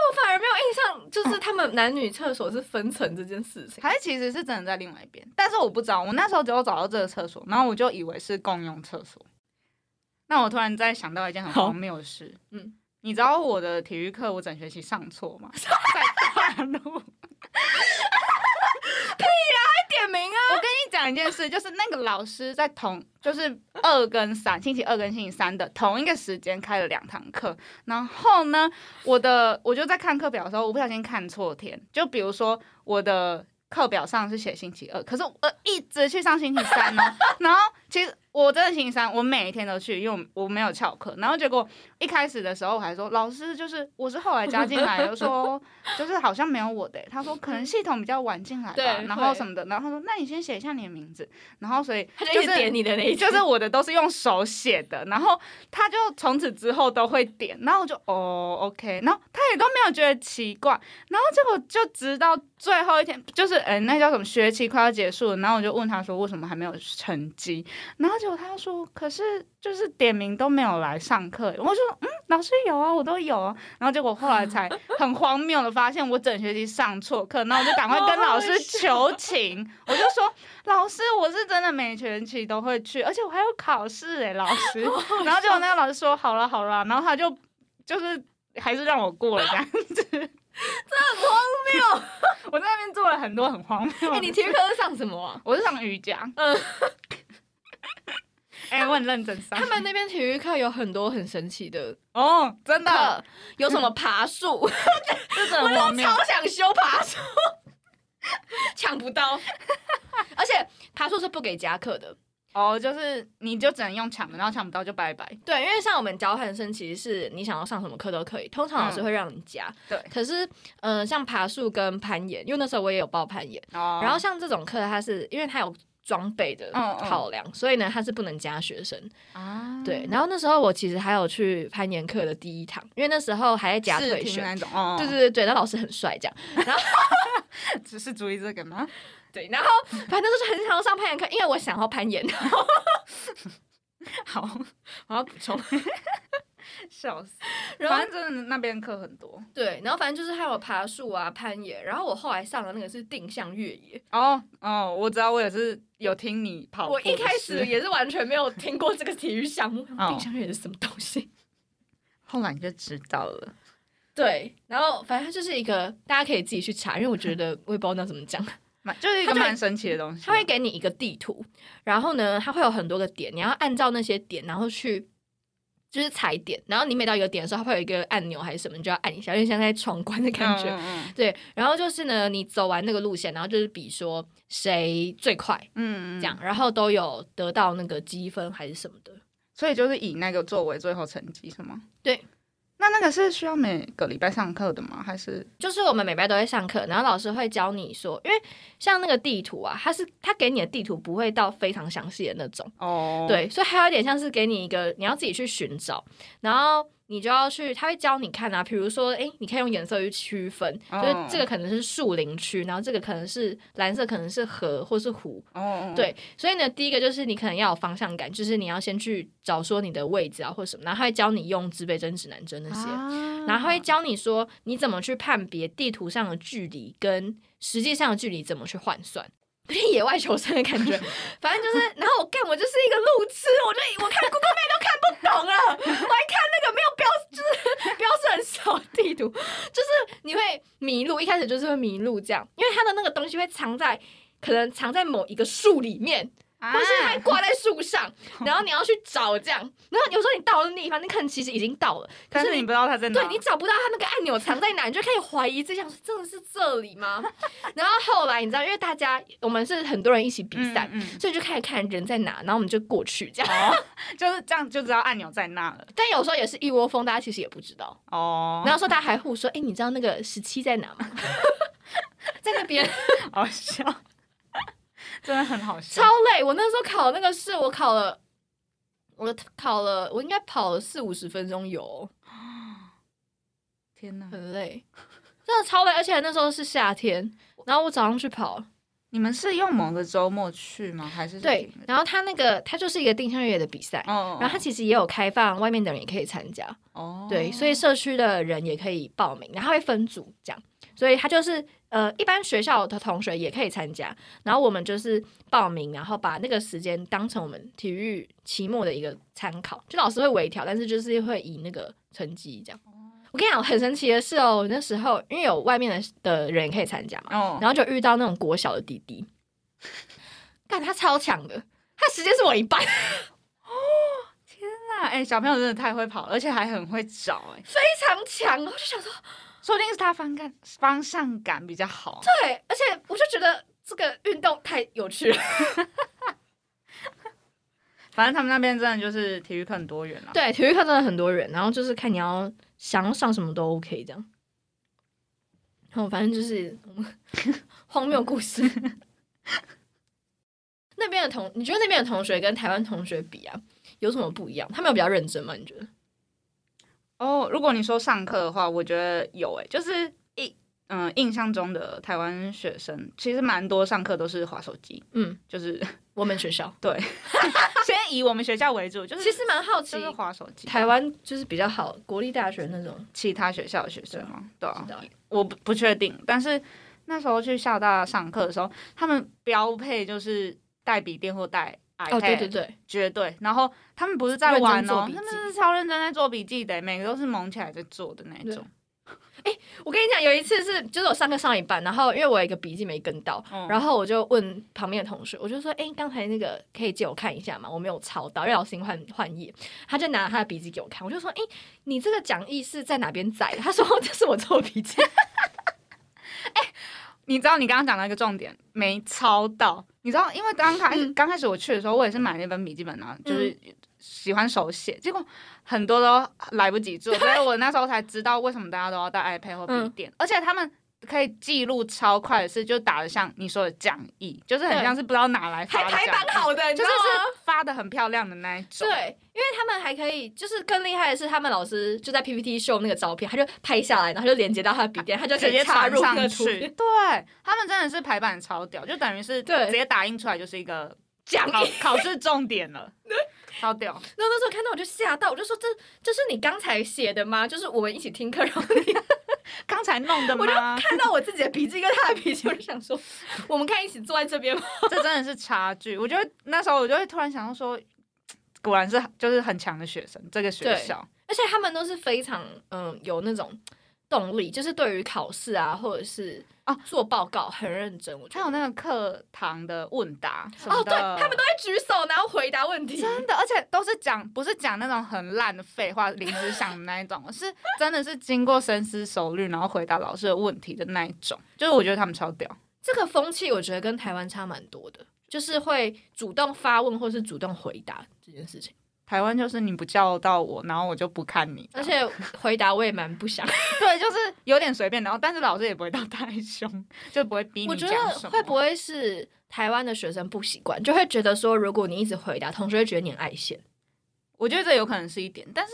我反而没有印象，就是他们男女厕所是分层这件事情。
还是其实是真的在另外一边，但是我不知道，我那时候只有找到这个厕所，然后我就以为是共用厕所。那我突然在想到一件很
好
荒谬的事，
嗯
嗯，你知道我的体育课我整学期上错吗？在大陆， 我跟
点名啊！
你讲一件事，就是那个老师在同就是二跟三，星期二跟星期三的同一个时间开了两堂课，然后呢，我的我就在看课表的时候，我不小心看错天，就比如说我的课表上是写星期二，可是我一直去上星期三哦， 然后其实我真的星期三我每一天都去，因为我我没有翘课，然后结果一开始的时候我还说老师就是我是后来加进来的， 说就是好像没有我的欸、他说可能系统比较晚进来吧
对，
然后
会
什么的，然后他说那你先写一下你的名字，然后所以
他就一
是
直点你的那一句
就是我的都是用手写的，然后他就从此之后都会点，然后我就哦 OK，然后他也都没有觉得奇怪，然后结果就直到最后一天，就是嗯、呃那叫什么学期快要结束了，然后我就问他说为什么还没有成绩，然后结果他就说可是就是点名都没有来上课，我就说嗯老师有啊，我都有啊，然后结果后来 才很荒谬的发现我整学期上错课，然后我就赶快跟老师求情，我就说老师，我是真的每学期都会去，而且我还有考试 哎、老师。然后结果那个老师说好了好了，然后他就就是还是让我过了这样子， 这很荒谬。 我在那边做了很多很荒谬的。
哎，你体育课是 上什么啊？
我是上瑜伽，
嗯
嗯， 哎、我很认真上
他。们那边体育课有很多很神奇的
哦，真的，
课，有什么爬树，我
这真的很荒
都
谬。
超想修爬树， 抢不到。而且爬树是不给加课的，
哦，就是你就只能用抢的，然后抢不到就拜拜。
对，因为像我们交换生，其实是你想要上什么课都可以，通常老师会让你加。
嗯对
可是，嗯、像爬树跟攀岩，因为那时候我也有报攀岩，
哦，
然后像这种课，它是因为它有装备的
嗯嗯
考量，所以呢，它是不能加学生。
啊，
对，然后那时候我其实还有去攀岩课的第一堂，因为那时候还在夹
试
腿
听
训。
那种，哦，
对对对对，那老师很帅，这样
对，只是注意这个吗？
对。然后反正就是很想要上攀岩课，因为我想要攀岩。
好，
我要补充，
笑死！
然后
反正真的那边课很多
对，然后反正就是还有爬树啊、攀岩。然后我后来上的那个是定向越野，
哦哦，我知道，我也是有听你跑步
哦我
的事。
一开始也是完全没有听过这个体育项目，
哦
定向越野是什么东西？
后来你就知道了，
对，然后反正它就是一个大家可以自己去查，因为我觉得我也不知道那怎么讲。
蛮就是一
它
个
就
蛮神奇的东西。
它会给你一个地图，然后呢，它会有很多个点，你要按照那些点，然后去就是踩点，然后你每到一个点的时候，它会有一个按钮还是什么，你就要按一下，有点像在闯关的感觉。
嗯
对，然后就是呢，你走完那个路线，然后就是比说谁最快
嗯
这样，，然后都有得到那个积分还是什么的。
所以就是以那个作为最后成绩，是吗？
对。
那那个是需要每个礼拜上课的吗？还是
就是我们每班都会上课，然后老师会教你说，因为像那个地图啊，它是它给你的地图不会到非常详细的那种，
哦，，
对，所以还有一点像是给你一个你要自己去寻找，然后你就要去，他会教你看啊，比如说，诶，你可以用颜色去区分，就是
哦
这个可能是树林区，然后这个可能是蓝色，可能是河或是湖，
哦，
对，所以呢，第一个就是你可能要有方向感，就是你要先去找说你的位置啊或者什么，然后他会教你用指北针、指南针那些，
啊
然后他会教你说你怎么去判别地图上的距离跟实际上的距离怎么去换算。有点野外求生的感觉，反正就是，然后我干，我就是一个路痴，我就我看 Google Map 都看不懂了，我还看那个没有标，就是 标示很少的地图，就是你会迷路，一开始就是会迷路这样，因为它的那个东西会藏在，可能藏在某一个树里面，
啊
或是还挂在树上，然后你要去找这样，然后有时候你到了那地方，你可能其实已经到了，可
但
是
是你不知道他在哪。
对你找不到它那个按钮藏在哪，你就开始怀疑，这想说真的是这 里吗？然后后来你知道，因为大家我们是很多人一起比赛，
嗯嗯
所以就开始看人在哪，然后我们就过去这样。
哦， 就是这样就知道按钮在那了。
但有时候也是一窝蜂，大家其实也不知道。
嗯哦，
然后说大家还互说，哎、你知道那个十七在哪吗？ 在那边
好笑，真的很好
超
笑。
累。我那时候考那个试，我考了，我考了，我应该跑了四五十分钟有，
天哪！
很累，真的超累。而且那时候是夏天，然后我早上去跑，
你们是用某个周末去吗？还是
对，然后他那个他就是一个定向越野的比赛，
哦，
然后他其实也有开放外面的人也可以参加，
哦，
对，所以社区的人也可以报名，然后他会分组这样，所以他就是呃，一般学校的同学也可以参加，然后我们就是报名，然后把那个时间当成我们体育期末的一个参考，就老师会微调，但是就是会以那个成绩这样。
哦
我跟你讲，很神奇的是哦，我那时候因为有外面的的人也可以参加嘛，
哦，
然后就遇到那种国小的弟弟，但他超强的，他时间是我一半，非
那哎、小朋友真的太会跑了，而且还很会找哎、
常强。我就想说，
说不定是他方感方向感比较好。啊
对，而且我就觉得这个运动太有趣了。
反正他们那边真的就是体育课很多元啊啦。
对，体育课真的很多人，然后就是看你要想要上什么都 OK 这样。然后反正 就是我们荒谬故事。那边的同，你觉得那边的同学跟台湾同学比啊，有什么不一样？他们有比较认真吗？你觉得？
哦，如果你说上课的话，我觉得有哎、就是印嗯、印象中的台湾学生其实蛮多上课都是划手机，
嗯，
就是
我们学校
先以我们学校为主，就是
其实蛮好奇
就是划手机。
台湾就是比较好，国立大学那种，
其他学校的学生吗？对啊
知，道耶
我不不确定，但是那时候去厦大上课的时候，他们标配就是带笔电或带 iPad，、
哦，对对对，
绝对。然后他们不是在玩
认真做
哦
笔，记
他们是超认真在做笔记的，欸每个都是蒙起来在做的那种。
我跟你讲，有一次是就是我上课上一半，然后因为我有一个笔记没跟到，
嗯
然后我就问旁边的同学，我就说，哎、刚才那个可以借我看一下吗？我没有抄到，因为老师已经换换页，他就拿他的笔记给我看，我就说，哎、你这个讲义是在哪边载的？他 说这是我做笔记，
你知道你刚刚讲到一个重点，没抄到。你知道，因为刚开
嗯
始刚开始我去的时候，我也是买那本笔记本啊，就是喜欢手写，结果很多都来不及做，所以我那时候才知道为什么大家都要带 iPad 或
嗯
笔电，而且他们。可以记录超快的是，就打的像你说的讲义，就是很像是不知道哪来发
还
的
排
讲义
版好 的，你
就是
知道吗？
是发的很漂亮的那一种。
对，因为他们还可以，就是更厉害的是，他们老师就在 PPT 秀那个照片，他就拍下来，然后就连接到他的笔电，他就可
直
以
接
插
传
入那
上
个图
去，
片
对他们真的是排版超屌，就等于是
对
直接打印出来就是一个
讲义
考考试重点了，超屌。
然后那时候看到我就吓到，我就说这这是你刚才写的吗？就是我们一起听课，然后你
刚才弄的
我就
吗？
看到我自己的笔记跟他的笔记，我就想说，我们可以一起坐在这边吗？
这真的是差距。我觉得那时候我就会突然想到说，果然是就是很强的学生，这个学
对
校
而且他们都是非常嗯有那种动力，就是对于考试啊或者是
啊
做报告很认真，我觉
还
得。
有那个课堂的问答什么
哦，
的，
对，他们都会举手，然后回答问题。
真的，而且都是讲不是讲那种很烂的废话， 临时想的那一种，是真的是经过深思熟虑，然后回答老师的问题的那一种。就是我觉得他们超屌，
这个风气我觉得跟台湾差蛮多的，就是会主动发问或是主动回答这件事情，
台湾就是你不叫到我，然后我就不看你，
而且回答我也蛮不想。
对，就是有点随便，然后但是老师也不会到太凶，就不会逼
我
你
觉
讲什
得
么。
会不会是台湾的学生不习惯，就会觉得说，如果你一直回答，同学会觉得你很爱现。
我觉得这有可能是一点，但是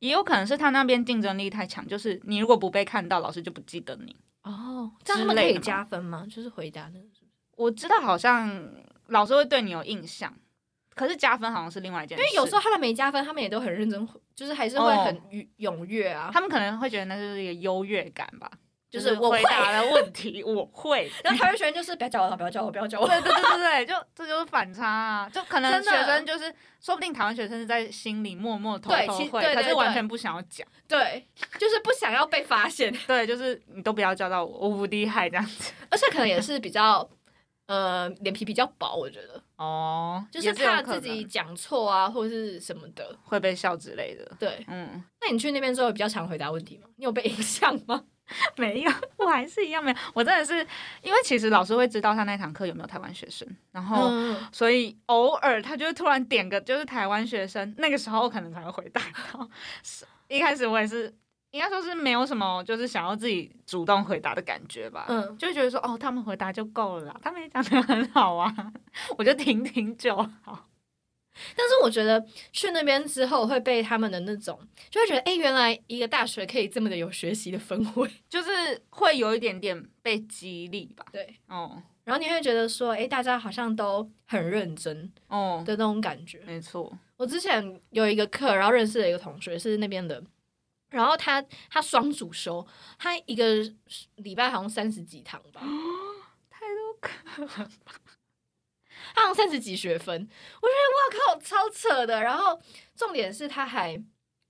也有可能是他那边竞争力太强，就是你如果不被看到，老师就不记得你。
哦，这样他
之
们可
类
以
的吗
加分吗？就是回答那个是不是，
我知道好像老师会对你有印象，可是加分好像是另外一件
因
事。
为有时候他们没加分，他们也都很认真回，就是还是会
哦
很踊踊跃啊。
他们可能会觉得那就是一个优越感吧，就
就是
是
我会
回答的问题我 会。
然后台湾学生就是不要叫我，不要叫我，不要叫我。
对对对对对，就这就是反差啊！就可能
真
学
的
生就是，说不定台湾学生是在心里默默偷
对
偷
其实
会，
对对
可是完
对
全不想要讲。
对，就是不想要被发现，
对，就是你都不要叫到我，我不厉害这样子。
而且可能也是比较呃脸皮比较薄，我觉得
哦，
就是
也有
怕
可
自己
能
讲错啊或者是什么的。
会被笑之类的。
对，
嗯，
那你去那边之后比较常回答问题吗？你有被影响吗？
没有，我还是一样没有。我真的是因为其实老师会知道他那堂课有没有台湾学生，然后、
嗯，
所以偶尔他就会突然点个就是台湾学生，那个时候可能才会回答到。是一开始我也是，应该说是没有什么就是想要自己主动回答的感觉吧，
嗯
就会觉得说哦他们回答就够了啦，他们也讲的很好啊， 我就听听就好。
但是我觉得去那边之后会被他们的那种，就会觉得哎、诶原来一个大学可以这么的有学习的氛围。
就是会有一点点被激励吧，
对，
哦
然后你会觉得说，哎、大家好像都很认真
哦，
的那种感觉。
没错，
我之前有一个课，然后认识了一个同学是那边的，然后他他双主修，他一个礼拜好像三十几堂吧，
太多课了
他好像三十几学分，我觉得哇靠，超扯的。然后重点是他还。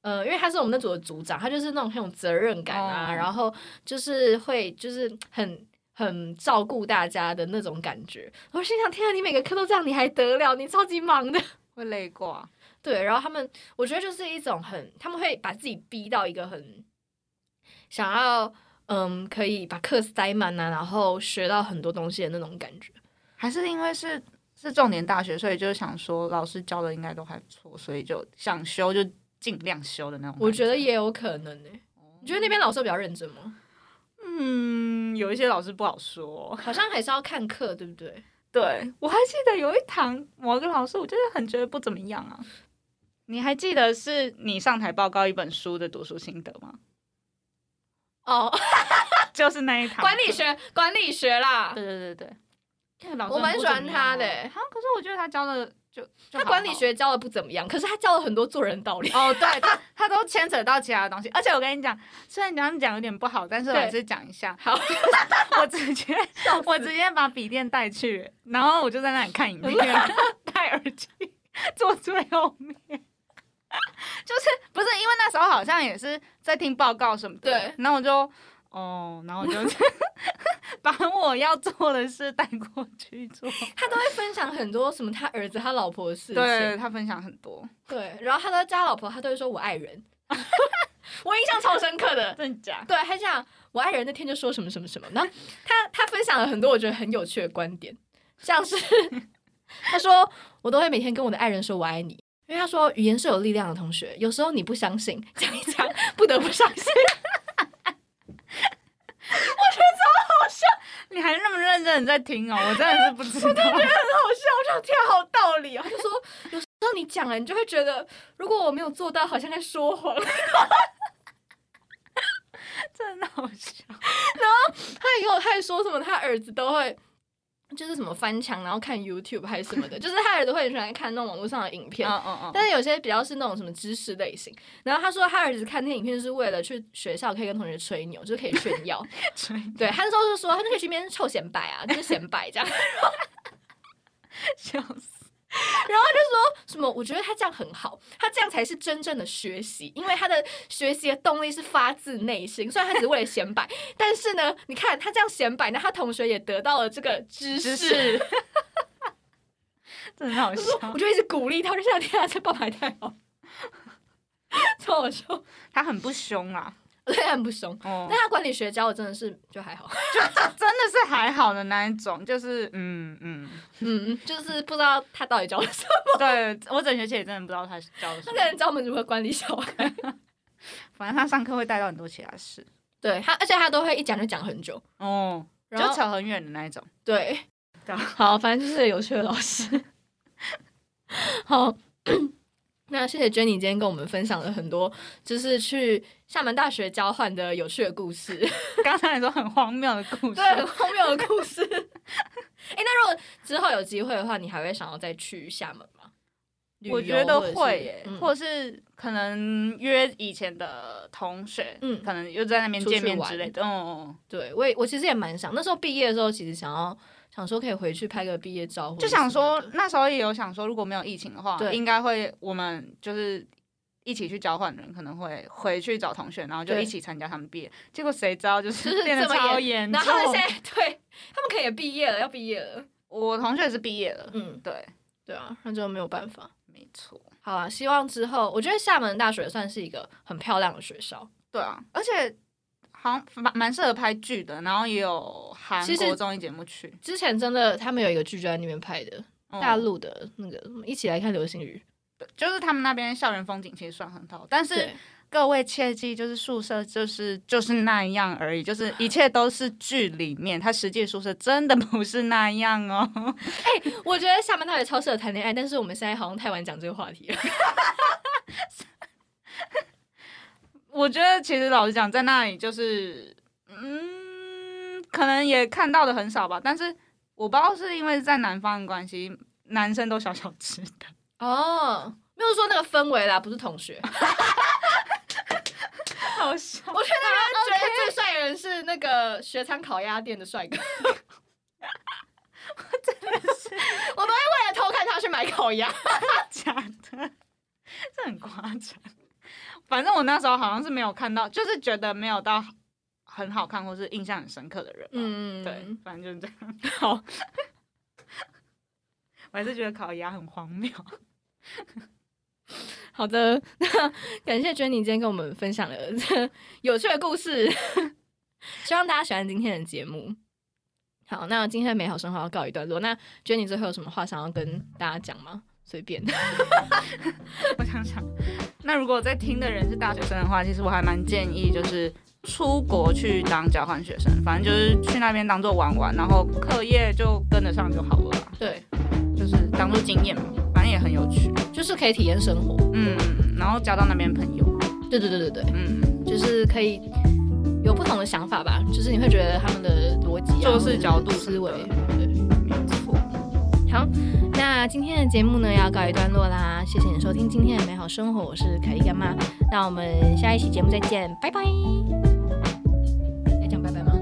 呃，因为他是我们那组的组长，他就是那种很有责任感啊
哦
然后就是会就是很很照顾大家的那种感觉。我心想，天啊，你每个课都这样，你还得了？你超级忙的。
会累挂，
对，然后他们，我觉得就是一种很，他们会把自己逼到一个很想要，嗯，可以把课塞满啊，然后学到很多东西的那种感觉。
还是因为是是重点大学，所以就是想说老师教的应该都还不错，所以就想修就尽量修的那种。
我觉得，也有可能呢、你觉得那边老师比较认真吗？
嗯，有一些老师不好说。
好像还是要看课，对不对？
对我还记得有一堂某个老师，我就是很觉得不怎么样啊。你还记得是你上台报告一本书的读书心得吗？
哦，
就是那一堂
管理。学，管理学啦
对，对对对，那个老师
我蛮
很
喜
不怎么
欢他的
样啊
欸
好，可是我觉得他教的就就
他
好
管理
好
学教的不怎么样，可是他教了很多做人道 理。
哦，对，他他都牵扯到其他的东西。而且我跟你讲，虽然这样讲有点不好，但是我
对
还是讲一下。
好，
我直 接我直接把笔电带去，然后我就在那里看影片， 戴耳机坐最后面。就是不是因为那时候好像也是在听报告什么的，
对
然后我就哦，然后我就 把我要做的事带过去做。
他都会分享很多什么他儿子、他老婆的事情。
对他分享很多，
对，然后他都叫他老婆，他都会说我爱人， 我印象超深刻的。
真假？
对，他讲我爱人那天就说什么什么什么，然后他他分享了很多我觉得很有趣的观点，像 是他说我都会每天跟我的爱人说我爱你，因为他说语言是有力量的，同学，有时候你不相信，讲一讲不得不相信。
你还那么认真地在听哦， 我真的是不知道。
很好笑，我想天啊好道理哦。他就说，有时候你讲了，你就会觉得，如果我没有做到，好像在说 谎。
真的好笑。
他也有，他也说什么，他儿子都会。就是什么翻墙，然后看 YouTube 还是什么的，就是他儿子会很喜欢看那种网络上的影片，
嗯嗯
但是有些比较是那种什么知识类型。然后他说他儿子看那影片是为了去学校可以跟同学吹牛，就是可以炫 耀。
但
对，他那时候就说他就可以去那边臭显摆啊，就是显摆 这样。
笑死，
然后他就说什么，我觉得他这样很好，他这样才是真正的学习，因为他的学习的动力是发自内心。虽然他只是为了显摆，但是呢，你看他这样显摆，那他同学也得到了这个知识。
真的好
我说
笑
我。就一直鼓励他，我就想天啊，这爸爸也太 好，超好笑，
他很不凶啊，
对，很不凶。
哦
但，他管理学教我真的是就还好，
真的是还好的那一种，就是嗯嗯，
嗯，就是不知道他到底教了什么。
对我整学期也真的不知道他教的什
那
么
个，人教我们如何管理小孩，
反正他上课会带到很多其他事，
对他，而且他都会一讲就讲很久，
哦，就
然后
扯很远的那一种。
对
对，
啊 好，反正就是有趣的老师。好， 那谢谢 Jenny 今天跟我们分享了很多，就是去厦门大学交换的有趣的故事，
刚才你说很荒谬的故事
对，， 很荒谬的故事。 哎、那如果之后有机会的话，你还会想要再去厦门吗？旅游
我觉得
或者是
会耶，
嗯
或者是可能约以前的同学，
嗯
可能又在那边
出去
见面
玩
之类的，哦，
对我也我其实也蛮想，那时候毕业的时候，其实想要想说可以回去拍个毕业照或者
就
什么
想
的，
说那时候也有想说，如果没有疫情的话，
对
应该会我们就是一起去交换的人可能会回去找同学，然后就
对
一起参加他们毕业。结果谁知道就
就是是
变得
这么
超
严
严重
然。后他们现在对他们可能也毕业了，要毕业了。
我同学也是毕业了，
嗯，
对，
对啊，那就没有办法。
没错，
好啊，希望之后，我觉得厦门大学算是一个很漂亮的学校。
对啊，而且好像蛮蛮适合拍剧的，然后也有韩
其实
国综艺节目去
之前真的，他们有一个剧就在那边拍的，
嗯
大陆的那个《一起来看流星雨
就是他们那边校园风景其实算很好，但》是
对，
各位切记，就是宿舍就是就是那样而已，就是一切都是剧里面，它实际宿舍真的不是那样哦。
我觉得厦门大学超适合谈恋爱，但是我们现在好像太晚讲这个话题了。
我觉得其实老实讲，在那里就是嗯，可能也看到的很少吧，但是我不知道是因为在南方的关系，男生都小小只的。
哦， 没有说那个氛围啦，不是同学。
好笑，
我觉得那边觉得最帅的人是那个学餐烤鸭店的帅哥。 我真的是，我都会为了偷看他去买烤鸭。
假的，这很夸张。反正我那时候好像是没有看到，就是觉得没有到很好看或是印象很深刻的人。嗯，
嗯，
对，反正就是这样。
好，
我还是觉得烤鸭很荒谬。
好的，那感谢 Jenny 今天跟我们分享了这有趣的故事， 希望大家喜欢今天的节目。好，那今天的美好生活要告一段落。那 Jenny 最后有什么话想要跟大家讲吗？随便。
我想想，那如果在听的人是大学生的话，其实我还蛮建议就是出国去当交换学生，反正就是去那边当做玩玩，然后课业就跟得上就好了啦，
对，
就是当做经验嘛，反正也很有趣。
就是可以体验生活。
嗯，然后交到那边朋友。
对对对对对。
嗯，
就是可以有不同的想法吧，就是你会觉得他们的逻辑、啊、
做事角度
或者是思维。
没错。
好，那今天的节目呢要告一段落啦，谢谢你收听今天的美好生活，我是凯莉干妈，那我们 下一期节目再见，拜拜。要讲拜拜吗？